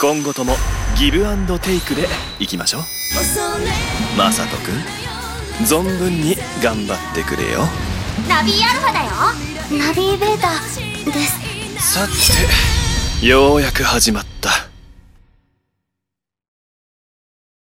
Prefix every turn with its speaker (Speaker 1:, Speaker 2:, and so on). Speaker 1: 今後ともギブアンドテイクでいきましょうマサトくん存分に頑張ってくれよ
Speaker 2: ナビアルファだよナビベータです
Speaker 1: さてようやく始まった